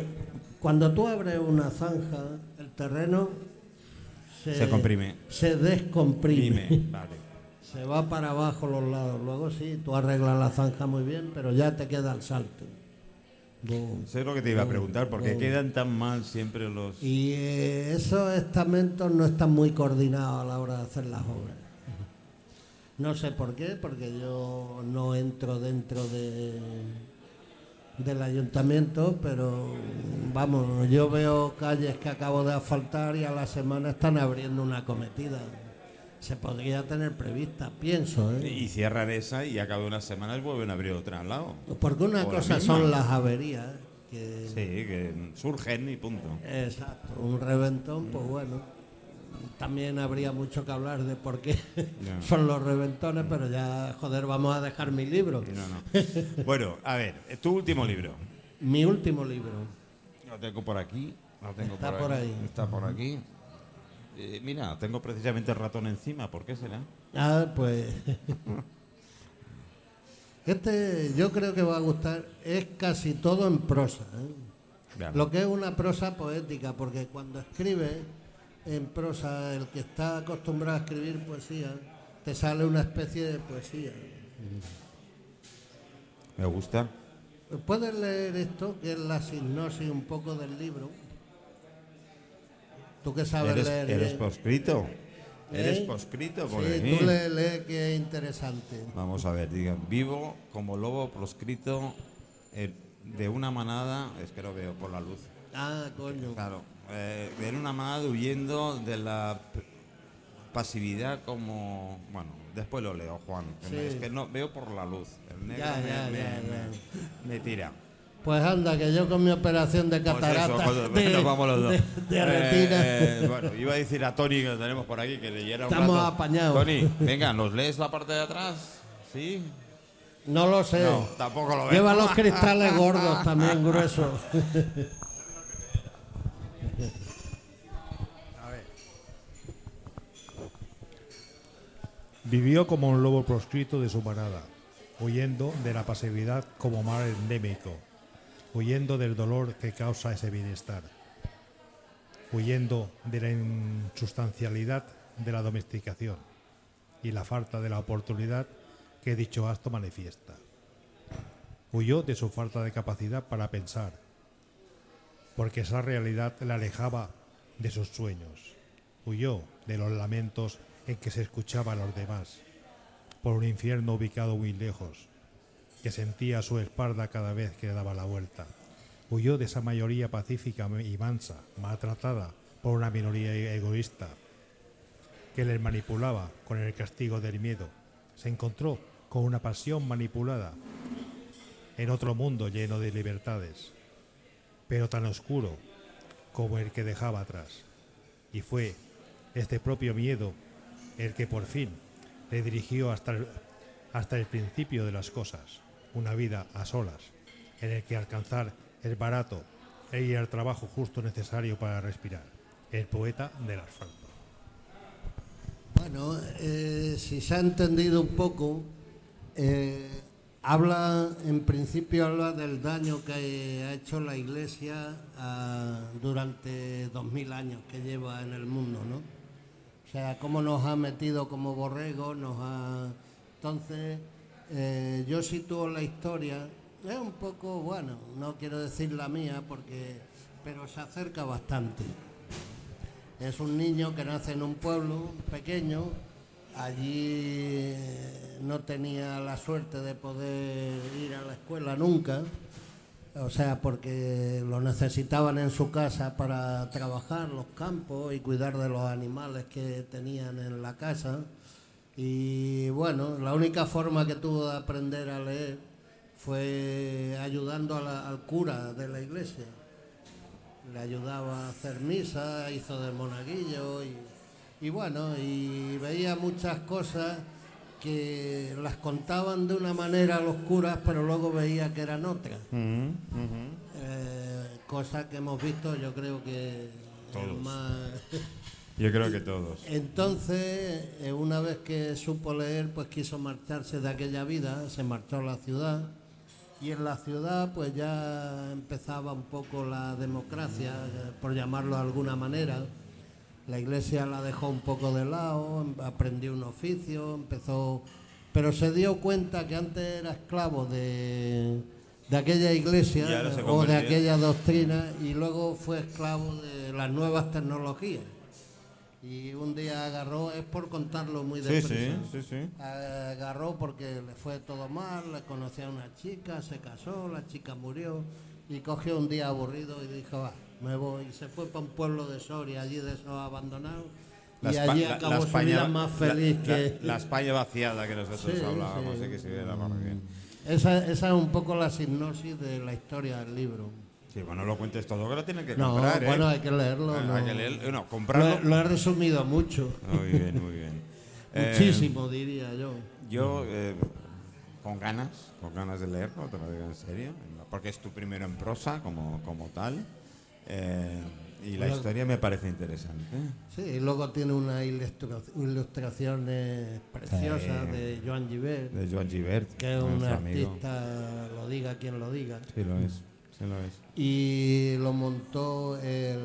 B: cuando tú abres una zanja, el terreno
A: Se comprime.
B: Se descomprime.
A: dime, vale.
B: [laughs] Se va para abajo los lados. Luego sí, tú arreglas la zanja muy bien, pero ya te queda el salto. Boom.
A: Eso es lo que te iba a preguntar, porque
B: Oh.
A: quedan tan mal siempre los.
B: Y eh, esos estamentos no están muy coordinados a la hora de hacer las obras. No sé por qué, porque yo no entro dentro de, del ayuntamiento, pero vamos, yo veo calles que acabo de asfaltar y a la semana están abriendo una cometida. Se podría tener prevista, pienso. ¿eh?
A: Y cierran esa y a cabo de unas semanas vuelven a abrir otra al lado.
B: Porque una
A: O la
B: cosa
A: misma.
B: son las averías, que
A: Sí, que surgen y punto.
B: Exacto, un reventón, pues bueno. También habría mucho que hablar de por qué
A: Ya.
B: son los reventones, pero ya, joder, vamos a dejar mi libro.
A: No, no. Bueno, a ver, tu último libro.
B: Mi último libro.
A: Lo tengo por aquí. Lo tengo
B: Está por
A: aquí,
B: ahí.
A: Está por aquí. Eh, mira, tengo precisamente el ratón encima. ¿Por qué será?
B: Ah, pues. [laughs] Este yo creo que va a gustar. Es casi todo en prosa. ¿eh? Lo que es una prosa poética, porque cuando escribes en prosa, el que está acostumbrado a escribir poesía, te sale una especie de poesía.
A: Me gusta.
B: Puedes leer esto, que es la sinopsis un poco del libro. Tú que sabes
A: Eres,
B: leer.
A: eres
B: bien.
A: poscrito. Eres
B: ¿Eh?
A: poscrito. por
B: Sí,
A: ahí.
B: tú lees, lees que es interesante.
A: Vamos a ver, digan, vivo como lobo proscrito eh, de una manada. Es que lo veo por la luz.
B: Ah, coño.
A: Claro, eh, en una manada huyendo de la p- pasividad como... Bueno, después lo leo, Juan. que me- Es
B: Sí.
A: que no veo por la luz. El negro
B: Ya,
A: me,
B: ya,
A: me-
B: ya,
A: me- me tira.
B: Pues anda, que yo con mi operación de
A: Pues
B: catarata.
A: eso, joder,
B: de,
A: nos vamos los dos.
B: de- de retina.
A: Eh, eh, bueno, iba a decir a Tony que lo tenemos por aquí que leyera un
B: Estamos
A: rato.
B: apañados.
A: Tony, venga, ¿nos lees la parte de atrás? ¿Sí?
B: No lo sé.
A: No, tampoco lo veo.
B: Eh, Lleva los cristales gordos también, gruesos.
C: Vivió como un lobo proscrito de su manada, huyendo de la pasividad como mal endémico, huyendo del dolor que causa ese bienestar, huyendo de la insustancialidad de la domesticación y la falta de la oportunidad que dicho acto manifiesta. Huyó de su falta de capacidad para pensar, porque esa realidad la alejaba de sus sueños. Huyó de los lamentos en que se escuchaba a los demás, por un infierno ubicado muy lejos, que sentía a su espalda cada vez que daba la vuelta. Huyó de esa mayoría pacífica y mansa, maltratada por una minoría e-, egoísta, que les manipulaba con el castigo del miedo. Se encontró con una pasión manipulada en otro mundo lleno de libertades, pero tan oscuro como el que dejaba atrás. Y fue este propio miedo el que por fin le dirigió hasta el, hasta el principio de las cosas, una vida a solas, en el que alcanzar el barato y el trabajo justo necesario para respirar. El poeta del asfalto.
B: Bueno, eh, si se ha entendido un poco, eh, habla, en principio habla del daño que ha hecho la Iglesia ah, durante dos mil años que lleva en el mundo, ¿no? O sea, cómo nos ha metido como borrego, nos ha... Entonces, eh, yo sitúo la historia, es un poco, bueno, no quiero decir la mía, porque pero se acerca bastante. Es un niño que nace en un pueblo pequeño. Allí eh, no tenía la suerte de poder ir a la escuela nunca, o sea, porque lo necesitaban en su casa para trabajar los campos y cuidar de los animales que tenían en la casa. Y bueno, la única forma que tuvo de aprender a leer fue ayudando a la- al cura de la iglesia le ayudaba a hacer misa, hizo de monaguillo y, y bueno, y veía muchas cosas que las contaban de una manera los curas, pero luego veía que eran otras.
A: Mm, mhm.
B: Eh, cosas que hemos visto, yo creo que
A: Todos.
B: el más-
A: Yo creo que todos.
B: Entonces, eh, una vez que supo leer, pues quiso marcharse de aquella vida, se marchó a la ciudad y en la ciudad pues ya empezaba un poco la democracia, eh, por llamarlo de alguna manera. La iglesia la dejó un poco de lado, em- aprendió un oficio, empezó... Pero se dio cuenta que antes era esclavo de, de aquella iglesia
A: Y ahora se
B: o de
A: convirtió.
B: aquella doctrina y luego fue esclavo de las nuevas tecnologías. Y un día agarró, es por contarlo muy
A: Sí,
B: deprisa.
A: sí, sí, sí.
B: Agarró porque le fue todo mal, le conocía a una chica, se casó, la chica murió y cogió un día aburrido y dijo, va, me voy. Y se fue para un pueblo de Soria, allí de esos abandonados.
A: La
B: y
A: espa-
B: allí
A: la-
B: acabó
A: la
B: su
A: España-
B: vida más
A: la-
B: feliz
A: la-
B: que...
A: La, España vaciada que nosotros
B: Sí,
A: hablábamos,
B: sí.
A: sí. que se viera más bien.
B: Esa, esa es un poco la sinopsis de la historia del libro.
A: Sí, bueno, lo cuentes todo, que lo tienen que
B: No,
A: comprar, ¿eh?
B: bueno, hay que leerlo.
A: Ah,
B: no.
A: hay que leer- no,
B: Lo,
A: comprarlo.
B: lo he resumido mucho,
A: Muy bien, muy bien. Eh,
B: [laughs] muchísimo diría yo.
A: Yo, eh, con ganas, con ganas de leerlo, te lo digo en serio, porque es tu primero en prosa como, como tal. eh, y la
B: Bueno.
A: historia me parece interesante.
B: Sí, y luego tiene unas ilustra- ilustraciones preciosas
A: Sí.
B: de Joan Gibert,
A: De Joan Givert,
B: que es un
A: nuestro amigo.
B: artista, lo diga quien lo diga.
A: Sí lo es, sí lo es.
B: Y lo montó el.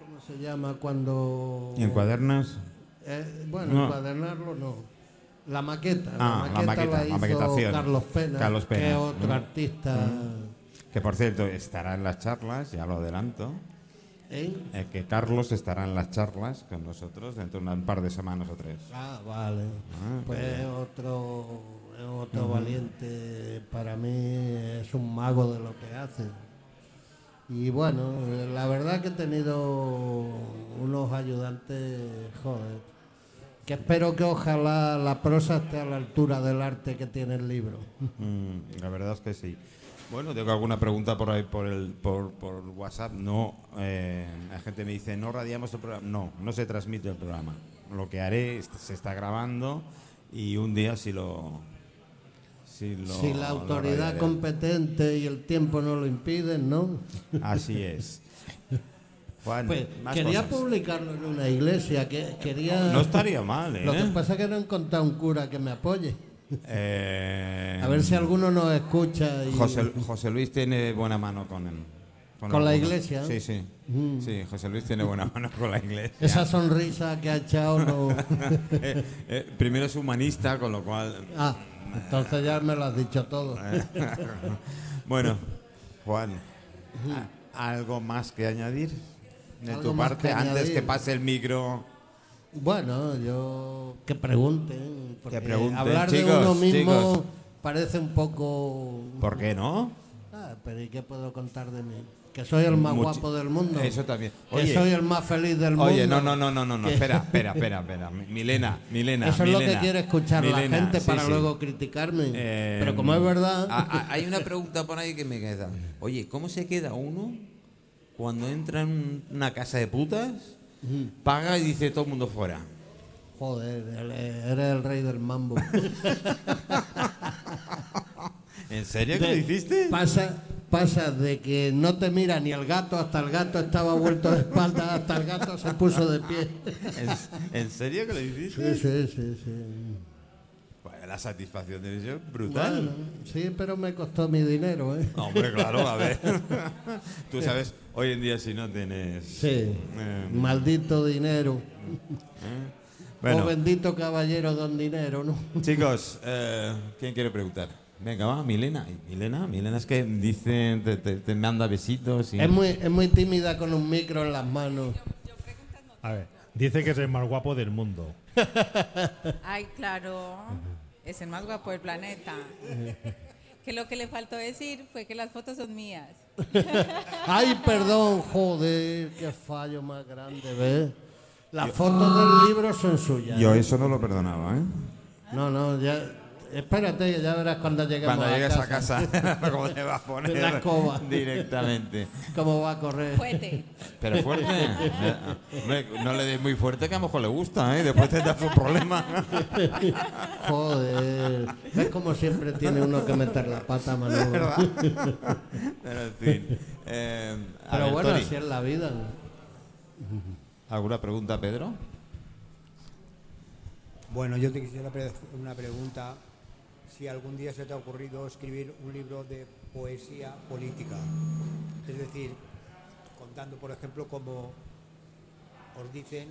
B: ¿Cómo se llama? Cuando.
A: ¿Y en cuadernas?
B: Eh, bueno,
A: No.
B: encuadernarlo no. La maqueta.
A: Ah, la
B: la maqueta
A: maqueta,
B: la
A: la
B: hizo
A: maquetación.
B: Carlos Pena,
A: Carlos
B: que es
A: Pena, Mm.
B: otro
A: ¿no?
B: artista.
A: Que por cierto, estará en las charlas, ya lo adelanto.
B: ¿eh?
A: eh, que Carlos estará en las charlas con nosotros dentro de un par de semanas o tres.
B: Ah, vale.
A: Ah,
B: pues es otro, es otro valiente. Para mí es un mago de lo que hace. Y bueno, eh, la verdad que he tenido unos ayudantes, joder, que espero que ojalá la prosa esté a la altura del arte que tiene el libro.
A: Mm, la verdad es que sí. Bueno, tengo alguna pregunta por ahí por el por, por WhatsApp. No, eh, la gente me dice no radiamos el programa. No, no se transmite el programa. Lo que haré es- se está grabando y un día si lo si, lo-
B: si la
A: lo
B: autoridad
A: radiaré.
B: competente y el tiempo no lo
A: [laughs]
B: impiden, ¿no?
A: así
B: [laughs]
A: es. Juan,
B: Pues
A: más
B: quería
A: cosas.
B: publicarlo en una iglesia, que quería...
A: No estaría mal, ¿eh?
B: Lo que pasa es que no he encontrado un cura que me apoye.
A: Eh,
B: A ver si alguno nos escucha. Y...
A: José, José Luis tiene buena mano con él.
B: Con la
A: alguna-
B: iglesia. Mm.
A: Sí, sí. Sí, José Luis tiene buena mano con la iglesia.
B: Esa sonrisa que ha echado
A: [laughs]
B: no.
A: Eh, eh, primero es humanista, con lo cual.
B: Ah, entonces ya me lo has dicho todo.
A: Eh. Bueno, Juan, ¿a- ¿algo más que añadir de
B: Algo
A: tu
B: más
A: parte
B: que
A: antes
B: añadir.
A: que pase el micro?
B: Bueno, yo que pregunten, porque
A: Que pregunten,
B: hablar
A: chicos,
B: de uno mismo
A: chicos.
B: parece un poco
A: ¿Por qué no?
B: ah, pero ¿y qué puedo contar de mí? Que soy el más
A: Muchi-
B: guapo del mundo.
A: Eso también.
B: Que
A: Oye.
B: soy el más feliz del mundo.
A: Oye, no, no, no, no, no, no.
B: que- [laughs]
A: Espera, espera, espera, espera. Mi- Milena, Milena.
B: Eso es lo que
A: Milena,
B: quiere escuchar la
A: Milena,
B: gente
A: sí,
B: para
A: sí.
B: luego criticarme.
A: Eh,
B: Pero como es verdad,
D: Ah, ah, hay una pregunta por ahí que me queda. Oye, ¿cómo se queda uno cuando entra en una casa de putas, paga y dice todo el mundo fuera?
B: joder, el- eres el rey del mambo.
A: ¿En serio que lo
B: De-
A: hiciste?
B: Pasa, pasa de que no te mira ni el gato, hasta el gato estaba vuelto de espalda, hasta el gato se puso de pie.
A: ¿En, en serio que lo hiciste?
B: Sí, sí, sí, sí.
A: Bueno, la satisfacción de eso es
B: Bueno,
A: brutal.
B: sí, pero me costó mi dinero, ¿eh?
A: No, hombre, claro, a
B: [laughs]
A: ver. Tú sabes, hoy en día si no tienes...
B: Sí.
A: Eh,
B: Maldito dinero. O
A: bueno,
B: bendito caballero don dinero, ¿no?
A: chicos, eh, ¿quién quiere preguntar? Venga, va, Milena. Ay, Milena, Milena es que dice, te, te- te manda besitos y...
B: Es muy, es muy tímida con un micro en las manos.
C: A ver, dice que es el más guapo del
A: [laughs]
C: mundo.
E: Ay, claro, es el más guapo del planeta. Que lo que le faltó decir fue que las fotos son mías.
B: Ay, perdón, joder, qué fallo más grande, ¿ves? Las fotos del libro son suyas.
A: Yo eso no lo perdonaba, ¿eh?
B: No, no, ya. Espérate, que ya verás cuando lleguemos
A: Cuando llegues
B: a,
A: a
B: casa,
A: casa, [laughs] ¿cómo te vas a poner?
B: En la escoba.
A: Directamente.
B: cómo va a correr.
E: Fuerte.
A: Pero fuerte. [laughs] Eh, hombre, no le des muy fuerte que a lo mejor le gusta, ¿eh? Después tendrás un problema.
B: Joder, es como siempre tiene uno que meter la pata, Manolo.
A: Pero en fin. Eh, a
B: Pero
A: ver,
B: bueno,
A: Tony,
B: así es la vida. ¿no?
A: ¿Alguna pregunta, Pedro?
F: Bueno, yo te quisiera pre- una pregunta. Si algún día se te ha ocurrido escribir un libro de poesía política, es decir, contando, por ejemplo, como os dicen,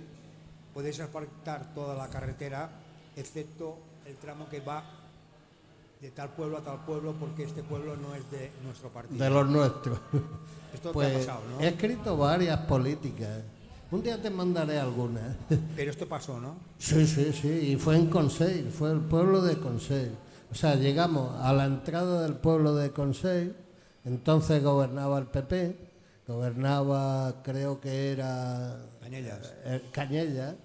F: podéis asfaltar toda la carretera, excepto el tramo que va de tal pueblo a tal pueblo, porque este pueblo no es de nuestro partido.
B: De los nuestros.
F: Esto te ha
B: Pues
F: pasado, ¿no?
B: he escrito varias políticas. Un día te mandaré algunas.
F: Pero esto pasó, ¿no?
B: Sí, sí, sí. Y fue en Conseil, fue el pueblo de Conseil. O sea, llegamos a la entrada del pueblo de Conseil. Entonces gobernaba el PP, gobernaba, creo que era
F: Cañellas.
B: eh, Cañella,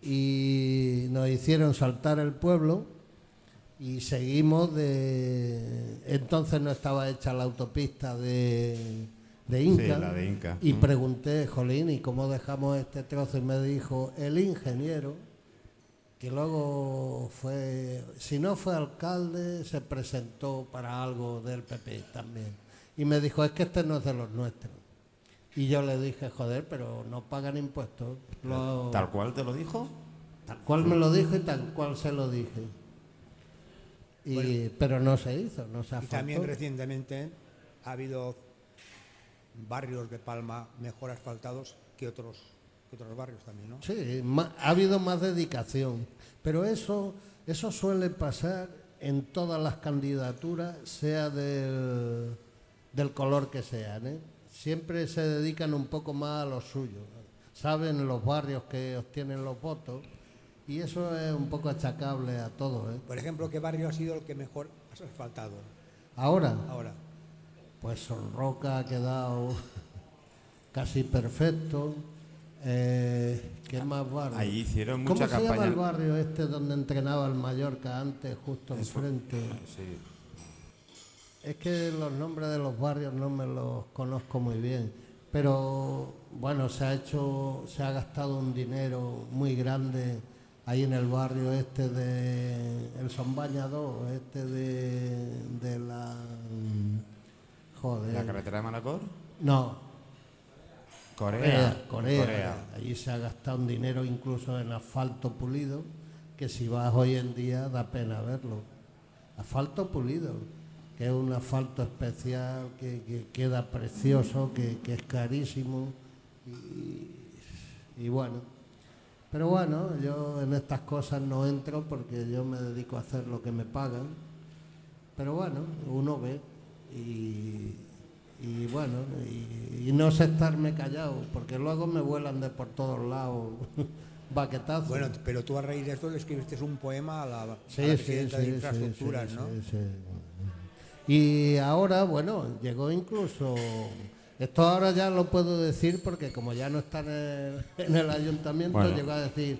B: y nos hicieron saltar el pueblo y seguimos de... Entonces no estaba hecha la autopista de, de Inca.
A: la de Inca. Mm.
B: Y pregunté, Jolín, ¿y cómo dejamos este trozo? Y me dijo, el ingeniero, que luego fue, si no fue alcalde, se presentó para algo del PP también. Y me dijo, es que este no es de los nuestros. Y yo le dije, joder, pero no pagan impuestos. Lo-
A: ¿Tal cual te lo dijo?
B: tal cual me lo dijo y tal cual se lo dije. Y, pero no se hizo, no se
F: Y
B: afrontó.
F: también recientemente ha habido barrios de Palma mejor asfaltados que otros, que otros barrios también, ¿no?
B: Sí, ma- ha habido más dedicación, pero eso, eso suele pasar en todas las candidaturas, sea del, del color que sean. ¿eh? Siempre se dedican un poco más a lo suyo, saben los barrios que obtienen los votos y eso es un poco achacable a todos. ¿eh?
F: Por ejemplo, ¿qué barrio ha sido el que mejor has asfaltado
B: Ahora,
F: ahora?
B: pues Sonroca ha quedado [laughs] casi perfecto. Eh, ¿Qué más barrio?
A: Ahí hicieron
B: ¿Cómo
A: mucha
B: se llama el
A: campaña.
B: barrio este donde entrenaba el Mallorca antes, justo enfrente?
A: Sí.
B: Es que los nombres de los barrios no me los conozco muy bien, pero bueno, se ha hecho, se ha gastado un dinero muy grande ahí en el barrio este de El Son Bañador, este de, de la... mm, Joder.
A: ¿La carretera de Manacor?
B: No,
A: Corea.
B: Corea, Allí se ha gastado un dinero incluso en asfalto pulido, que si vas hoy en día da pena verlo. Asfalto pulido. que es un asfalto especial, que, que queda precioso, que, que es carísimo. Y, y bueno, pero bueno, yo en estas cosas no entro porque yo me dedico a hacer lo que me pagan. Pero bueno, uno ve y, y bueno, y, y no sé estarme callado, porque luego me vuelan de por todos lados [laughs] baquetazos.
F: Bueno, pero tú a raíz de esto le escribiste un poema a la, a
B: Sí,
F: la
B: sí,
F: presidenta
B: sí,
F: de infraestructuras,
B: sí,
F: ¿no?
B: sí, sí. Y ahora, bueno, llegó incluso. Esto ahora ya lo puedo decir porque como ya no está en el, [laughs] en el ayuntamiento,
A: Bueno.
B: llegó a decir,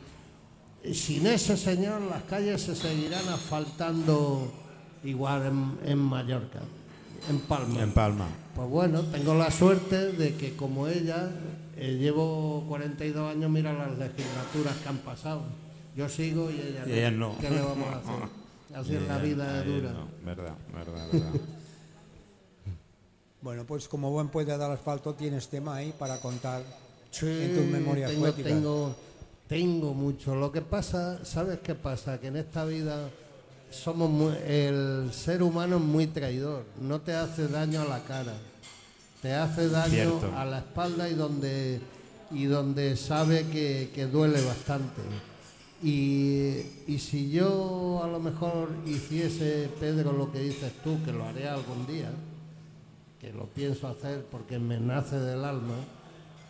B: sin ese señor las calles se seguirán asfaltando igual en, en Mallorca, en Palma.
A: En Palma.
B: Pues bueno, tengo la suerte de que como ella, eh, llevo 42 años, mira las legislaturas que han pasado. Yo sigo y ella,
A: Y ella no.
B: ¿Qué le vamos a
A: [laughs]
B: hacer? Así es la
A: Ayer-
B: vida
A: ayer
B: dura.
A: no, Verdad, verdad, verdad.
F: Bueno, pues como buen poeta del asfalto tienes tema ahí para contar
B: Sí,
F: en tus memorias
B: tengo,
F: poéticas.
B: tengo, tengo mucho. Lo que pasa, ¿sabes qué pasa? Que en esta vida somos muy- el ser humano es muy traidor. No te hace daño a la cara, te hace daño
A: Cierto.
B: a la espalda y donde y donde sabe que, que duele bastante. Y, y si yo a lo mejor hiciese, Pedro, lo que dices tú, que lo haré algún día, que lo pienso hacer porque me nace del alma,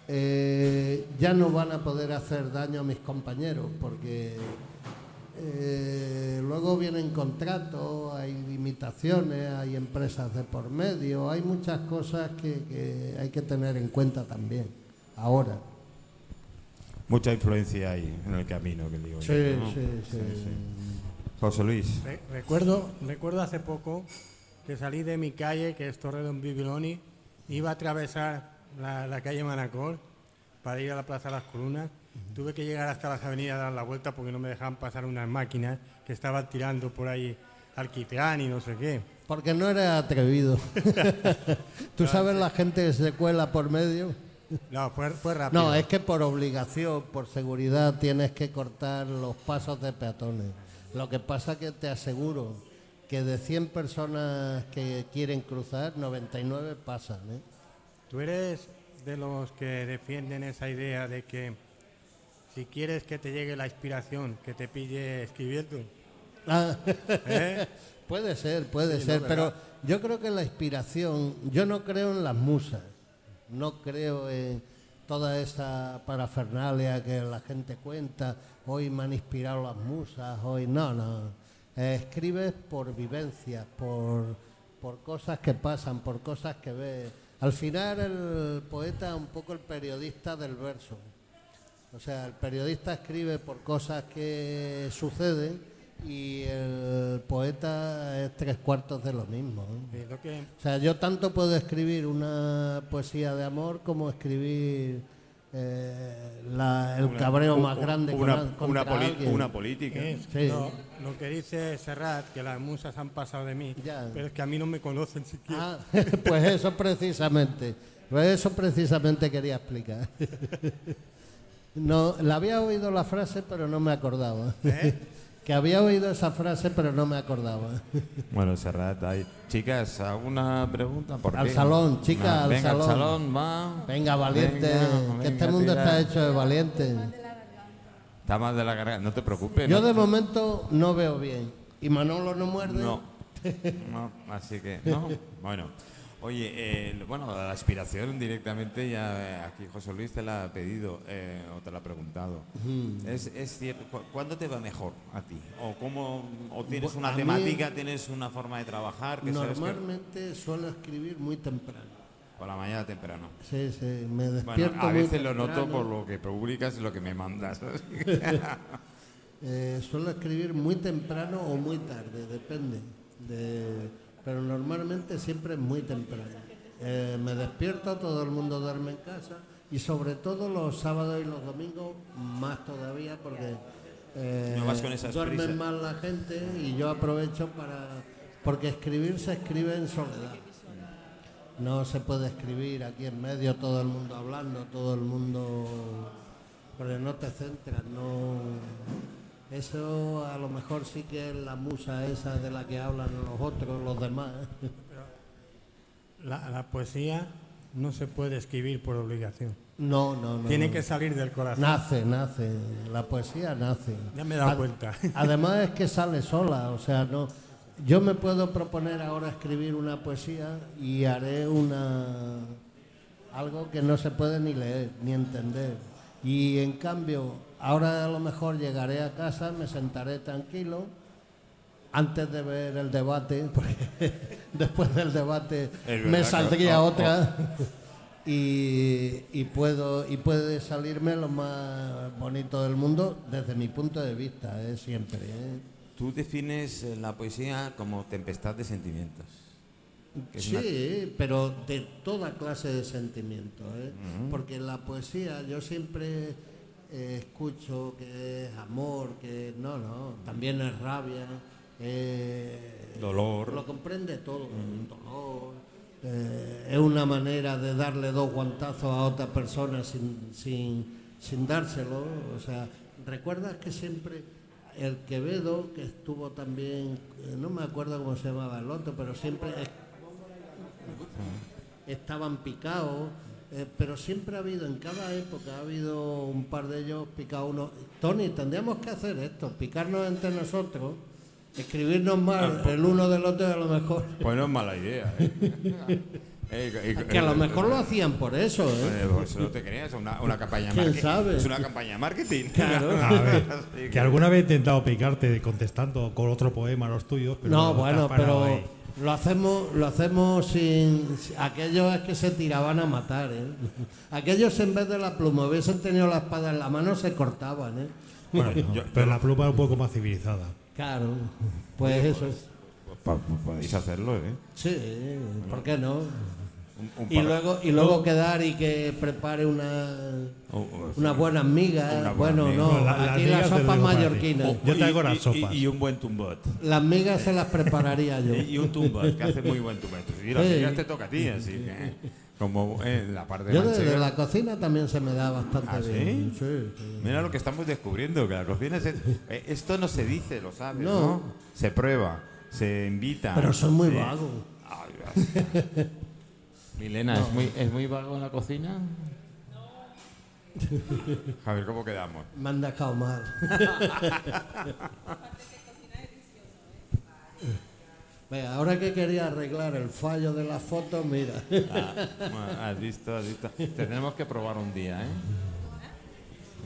B: eh, ya no van a poder hacer daño a mis compañeros porque eh, luego vienen contratos, hay limitaciones, hay empresas de por medio, hay muchas cosas que, que hay que tener en cuenta también ahora.
A: Mucha influencia hay en el camino, que digo. yo, ¿no? José Luis.
G: Re- recuerdo, recuerdo hace poco que salí de mi calle, que es Torre de Bibiloni, iba a atravesar la, la calle Manacor para ir a la Plaza de las Columnas. Tuve que llegar hasta las avenidas a dar la vuelta porque no me dejaban pasar unas máquinas que estaban tirando por ahí alquitrán y no sé qué.
B: Porque no era atrevido. ¿Tú sabes la gente que se cuela por medio?
G: No, fue, fue rápido.
B: No, es que por obligación, por seguridad, tienes que cortar los pasos de peatones. Lo que pasa que te aseguro que de 100 personas que quieren cruzar, 99 pasan. ¿eh?
G: ¿Tú eres de los que defienden esa idea de que si quieres que te llegue la inspiración, que te pille escribiendo?
B: Ah, [laughs]
G: ¿eh?
B: puede ser, puede
G: Sí,
B: ser,
G: ¿no?
B: pero
G: ¿Verdad?
B: yo creo que la inspiración, yo no creo en las musas, no creo en toda esa parafernalia que la gente cuenta, hoy me han inspirado las musas, hoy no, no. Eh, escribes por vivencias, por, por cosas que pasan, por cosas que ves. Al final el poeta es un poco el periodista del verso. O sea, el periodista escribe por cosas que suceden y el poeta es tres cuartos de lo mismo. ¿eh?
G: Sí, lo que-
B: O sea, yo tanto puedo escribir una poesía de amor como escribir eh, la- el cabreo más grande con al-
H: una,
B: contra
H: una, poli-
B: alguien.
H: una política.
G: Es
B: Sí.
G: lo, ¿eh? lo que dice Serrat, que las musas han pasado de mí,
B: Ya.
G: pero es que a mí no me conocen
B: Ah,
G: siquiera.
B: [laughs] pues eso precisamente, pues eso precisamente quería explicar. [laughs] No, la había oído la frase, pero no me acordaba.
A: ¿Eh?
B: [laughs] Que había oído esa frase, pero no
A: [laughs]
B: me acordaba.
A: Bueno, Serrat, ahí. Chicas, ¿alguna pregunta? ¿Por
B: Al
A: qué?
B: salón, chicas,
A: Ah,
B: al
A: venga,
B: salón.
A: salón, va.
B: Venga, valiente,
A: Venga,
B: que este
A: venga,
B: mundo
A: tira.
B: está hecho de valiente.
A: Está mal de la garganta, no te preocupes.
B: Yo
A: no
B: de
A: te-
B: momento no veo bien. ¿Y Manolo no muerde?
A: No, no, así que no. Bueno, oye, eh, bueno, la aspiración directamente ya eh, aquí José Luis te la ha pedido eh, o te la ha preguntado. Es, es cierto, cu- ¿cuándo te va mejor a ti? ¿O cómo, o tienes
B: Bu- a
A: una
B: mí-
A: temática, tienes una forma de trabajar? Que sabes que-
B: Normalmente suelo escribir muy temprano.
A: por la mañana temprano.
B: Sí, sí, me
A: Bueno,
B: despierto
A: a
B: muy
A: veces lo noto
B: temprano.
A: por lo que publicas y lo que me mandas. [laughs]
B: Eh, suelo escribir muy temprano o muy tarde, depende. de- pero normalmente siempre es muy temprano. Eh, me despierto, todo el mundo duerme en casa y sobre todo los sábados y los domingos más todavía porque eh,
A: No vas con esas
B: duermen
A: prisas.
B: más la gente y yo aprovecho para... Porque escribir se escribe en soledad. No se puede escribir aquí en medio, todo el mundo hablando, todo el mundo... Porque no te centras, no... Eso a lo mejor sí que es la musa esa de la que hablan los otros, los demás. [laughs]
G: La, la poesía no se puede escribir por obligación.
B: No, no, no.
G: Tiene
B: no.
G: que salir del corazón.
B: Nace, nace. La poesía nace.
G: Ya me he dado
B: Ad-
G: cuenta.
B: Además es que sale sola, o sea, no. Yo me puedo proponer ahora escribir una poesía y haré una algo que no se puede ni leer ni entender. Y en cambio, ahora a lo mejor llegaré a casa, me sentaré tranquilo antes de ver el debate, [laughs] porque después del debate
A: Es verdad
B: me
A: que-
B: saldría
A: oh, oh.
B: otra [laughs] y, y puedo y puede salirme lo más bonito del mundo desde mi punto de vista eh, siempre eh.
D: Tú defines eh, la poesía como tempestad de sentimientos. que es
B: sí pero de toda clase de sentimientos eh, porque la poesía yo siempre eh, escucho que es amor que no no también es rabia eh,
D: Dolor.
B: lo comprende todo dolor eh, es una manera de darle dos guantazos a otra persona sin, sin, sin dárselo. O sea, recuerdas que siempre el Quevedo, que estuvo también, eh, no me acuerdo cómo se llamaba el otro, pero siempre es- estaban picados, eh, pero siempre ha habido, en cada época ha habido un par de ellos picados uno. Tony, tendríamos que hacer esto, picarnos entre nosotros, escribirnos
C: Ah,
B: mal
C: pues,
B: el uno del otro y a lo
C: [laughs]
B: mejor.
A: Pues no es mala idea.
B: [laughs]
A: ¿eh? Eh, eh,
B: Que a lo
A: eh,
B: mejor lo hacían por eso, ¿eh?
A: Eh, pues no te creas, una, una campaña
B: ¿Quién
A: marketing.
B: sabe?
A: Es una campaña de marketing.
C: A ver, que alguna vez he intentado picarte contestando con otro poema a los tuyos, pero
B: No,
C: te has
B: bueno,
C: parado
B: pero
C: ahí.
B: lo hacemos, lo hacemos sin. si- Aquellos es que se tiraban a matar, ¿eh? [laughs] Aquellos en vez de la pluma hubiesen tenido la espada en la mano se cortaban, ¿eh?
C: Bueno, pero la pluma es un poco más civilizada.
B: Claro, pues eso es.
A: [laughs] Pa- pa- Podéis hacerlo, ¿eh?
B: Sí, ¿por qué no?
A: Un- un
B: Y
A: par-
B: luego, y luego quedar y que prepare una,
A: Oh, oh,
B: unas buenas
A: Una
B: migas.
A: buena
B: Bueno,
A: miga.
B: no,
C: No, la- las
B: aquí la
C: migas te lo
B: sopa
C: digo para ti.
B: mallorquina.
C: Yo te hago
A: oh, y-
C: las
A: y-
C: sopas.
A: Y, y un buen tumbot. Eh,
B: Las migas se las prepararía yo.
A: Y un tumbot, que hace muy buen tumbot. Y las
B: Sí.
A: migas te toca a ti, así que. Como en la parte
B: Yo
A: manchega.
B: desde la cocina también se me da bastante
A: ¿Ah, sí?
B: bien. Sí, sí.
A: Mira lo que estamos descubriendo, que la cocina se- eh, esto no se dice, lo sabes,
B: No.
A: ¿no? Se prueba, se invita.
B: Pero son muy
A: se-
B: vagos.
A: Ay, gracias.
D: Milena, ¿es, muy, ¿es muy vago en la cocina?
A: Javier, ¿cómo quedamos?
B: Me han dejado mal. Venga, ahora que quería arreglar el fallo de la foto, mira.
D: Ah, has visto, has visto. Tendremos que probar un día, ¿eh?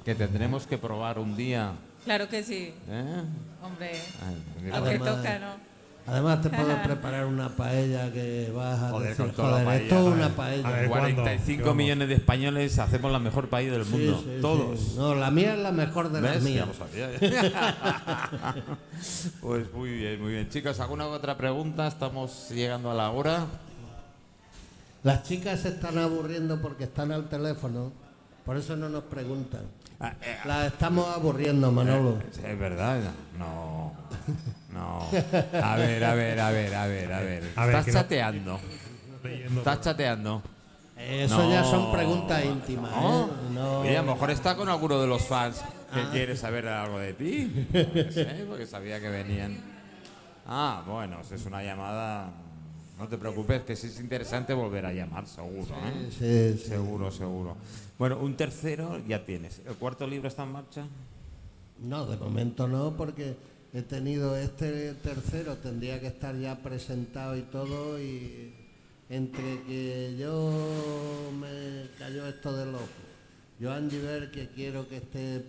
D: Que tendremos que probar un día,
E: Claro que sí,
D: ¿eh?
E: hombre.
D: Ay,
E: Lo que toca, ¿no?
B: Además te puedo preparar una paella que vas a
A: Joder,
B: decir,
A: con toda la
B: joder, esto
A: paella,
B: es una
C: a
B: paella.
C: ver, ¿cuándo?
D: 45
C: Vamos.
D: millones de españoles hacemos la mejor paella del
B: Sí,
D: mundo.
B: sí, sí.
D: Todos.
B: No, la mía es la mejor de
A: ¿Ves?
B: las
A: Ya
B: mías.
A: lo sabía. pues muy bien, muy bien.
D: Chicos, ¿alguna otra pregunta? Estamos llegando a la hora.
B: Las chicas se están aburriendo porque están al teléfono, por eso no nos preguntan.
A: Ah, eh,
B: Las estamos aburriendo, Manolo.
A: Es verdad, no. No. A ver, a ver, a ver, a ver, a ver.
C: A ver,
D: Estás
C: que no-
D: chateando. Estás chateando.
A: Eh,
B: Eso
D: No,
B: ya son preguntas íntimas.
D: ¿No?
B: ¿eh? No. Ah.
D: Oye, a lo mejor está con alguno de los fans que quiere saber algo de
B: [laughs]
D: ti. No sé, porque sabía que venían. Ah, bueno, si es una llamada. No te preocupes, que si es interesante volver a llamar, seguro. ¿eh?
B: Sí, sí.
D: Seguro, seguro. Bueno, un tercero ya tienes. ¿El cuarto libro está en marcha?
B: No, de momento no, porque he tenido este tercero, tendría que estar ya presentado y todo, y entre que yo me cayó esto de loco. Yo Andy Ver, que quiero que esté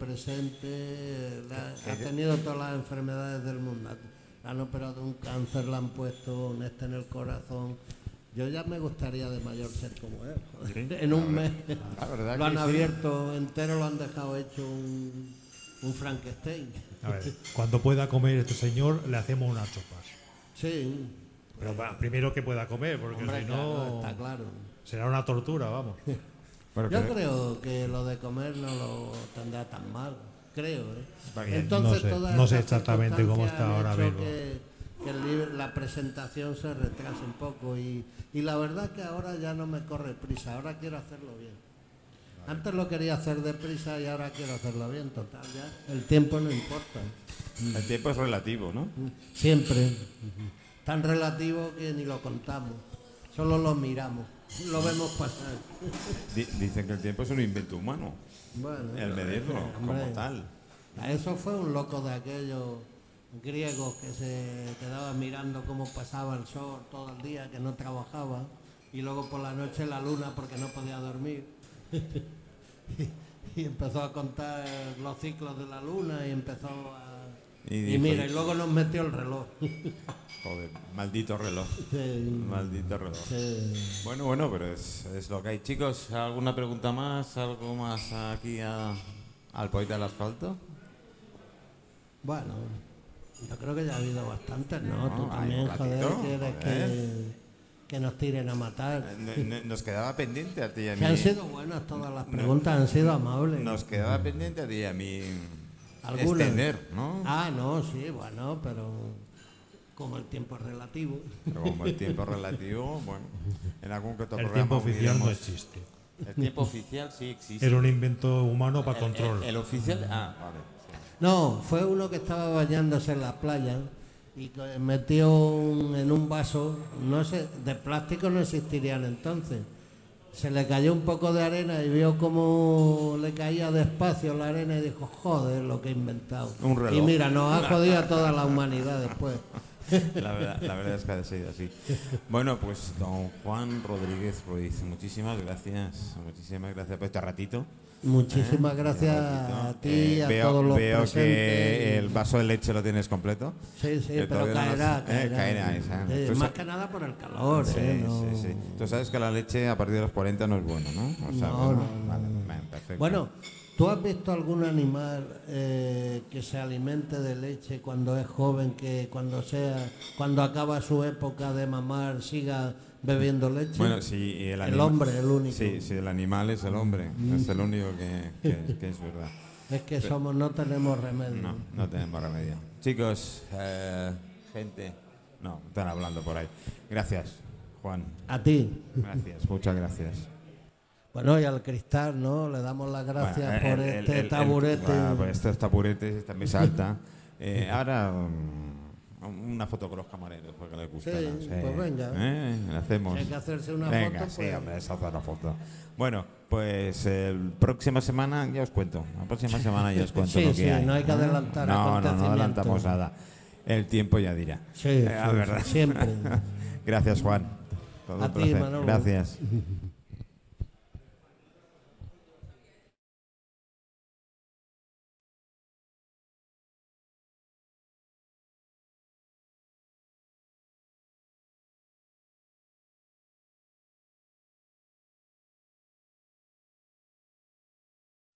B: presente, la- ha tenido todas las enfermedades del mundo. La han operado de un cáncer, le han puesto un este en el corazón. Yo ya me gustaría de mayor ser como él. joder. [laughs] en un mes.
A: La verdad
B: Lo
A: que
B: han
A: sí.
B: abierto entero, lo han dejado hecho un, un Frankenstein.
C: A ver, cuando pueda comer este señor, le hacemos unas sopas.
B: Sí,
C: Pero va, primero que pueda comer, porque
B: hombre,
C: si
B: claro,
C: no,
B: está claro.
C: será una tortura, vamos.
A: Bueno,
B: Yo
A: que-
B: creo que lo de comer no lo tendrá tan mal, creo. ¿eh?
A: Está bien.
C: No sé,
B: todas
C: no sé
B: esas
C: exactamente cómo está
B: circunstancias han
C: ahora
B: hecho
C: mismo.
B: Que, que el libro- la presentación se retrase un poco y, y la verdad que ahora ya no me corre prisa, ahora quiero hacerlo bien. Antes lo quería hacer deprisa y ahora quiero hacerlo bien, total, ya. El tiempo no importa. Mm.
A: El tiempo es relativo, ¿no?
B: Siempre. Tan relativo que ni lo contamos. Solo lo miramos. Lo vemos pasar.
A: Di- dicen que el tiempo es un invento humano.
B: Bueno,
A: El medirlo como
B: hombre.
A: tal.
B: Eso fue un loco de aquellos griegos que se quedaba mirando cómo pasaba el sol todo el día, que no trabajaba, y luego por la noche la luna porque no podía dormir. [laughs] y empezó a contar los ciclos de la luna y empezó a...
A: Y
B: Y,
A: dijo-
B: mira, y luego nos metió el reloj.
A: Joder, maldito reloj.
B: Sí,
A: Maldito reloj.
B: sí.
D: Bueno, bueno, pero es, es lo que hay. Chicos, ¿alguna pregunta más? ¿Algo más aquí a- al poeta del asfalto?
B: Bueno, yo creo que ya ha habido bastantes, ¿no?
A: No,
B: Tú
A: hay
B: también,
A: un
B: joder,
A: ratito,
B: quieres que,
A: joder.
B: que nos tiren a matar.
A: Eh, no- no- Nos quedaba pendiente a ti y a
B: Que han
A: mí.
B: sido buenas todas las preguntas, han sido amables.
A: Nos quedaba pendiente a ti y a mí.
B: Algunas.
A: Extender, ¿no?
B: Ah, no, sí, bueno, pero como el tiempo es relativo.
A: Pero como el tiempo es relativo, bueno. En algún que otro
C: El
A: programa
C: tiempo oficial no
A: uniremos-
C: existe.
D: El tiempo oficial sí existe.
C: Era un invento humano para control.
D: El, el oficial. Ah, vale.
B: No, fue uno que estaba bañándose en la playa y que metió un- en un vaso, no sé, de plástico no existirían entonces. Se le cayó un poco de arena y vio cómo le caía despacio la arena y dijo, joder, lo que he inventado.
A: Un reloj.
B: Y mira, nos ha jodido a toda la humanidad después.
D: La verdad, la verdad es que ha sido así.
A: Bueno, pues don Juan Rodríguez Ruiz, muchísimas gracias. Muchísimas gracias por este ratito.
B: Muchísimas gracias Ah, a ti, y
A: Eh,
B: a
A: veo,
B: todos los
A: veo que
B: presentes.
A: el vaso de leche lo tienes completo.
B: Sí, sí,
A: que
B: pero
A: todavía no nos-
B: caerá,
A: eh,
B: caerá.
A: caerá esa.
B: Eh,
A: Tú
B: más
A: sa-
B: que nada por el calor,
A: Sí,
B: ¿eh? No-
A: sí, sí. Tú sabes que la leche a partir de los 40 no es buena, ¿no? O sea, bueno,
B: No, no, no.
A: vale, vale, perfecto.
B: Bueno, ¿tú has visto algún animal eh, que se alimente de leche cuando es joven, que cuando sea, cuando acaba su época de mamar siga bebiendo leche?
A: Bueno, sí, y el,
B: El
A: anima-
B: hombre, el único. Mm.
A: Sí, sí, el animal es el hombre. Es el único que, que- que es verdad.
B: es que somos, no tenemos remedio.
A: No, no tenemos remedio. Chicos, eh, gente, no, están hablando por ahí. Gracias, Juan.
B: A ti.
A: Gracias, muchas gracias.
B: Bueno, y al cristal, ¿no? Le damos las gracias
A: Bueno, el-
B: por
A: el-
B: este
A: el- el-
B: taburete.
A: ah, por estos taburetes, esta
B: [laughs]
A: mesa alta. Eh, ahora mm, una foto con los camareros, porque les gusta.
B: Sí, pues venga.
A: Eh, la hacemos.
B: Si hay que hacerse una
A: venga,
B: foto,
A: sí,
B: pues-
A: hombre, esa es la foto. Bueno, pues el próxima semana ya os cuento. La próxima semana ya os cuento
B: Sí,
A: lo que
B: sí,
A: hay.
B: no hay que
A: ¿eh?
B: adelantar
A: No, no, no
B: acontecimientos.
A: adelantamos nada. El tiempo ya dirá.
B: Sí,
A: Eh, la
B: sí,
A: verdad.
B: siempre.
A: [laughs] Gracias, Juan. Todo
B: A
A: un
B: ti,
A: placer.
B: Manolo.
A: Gracias.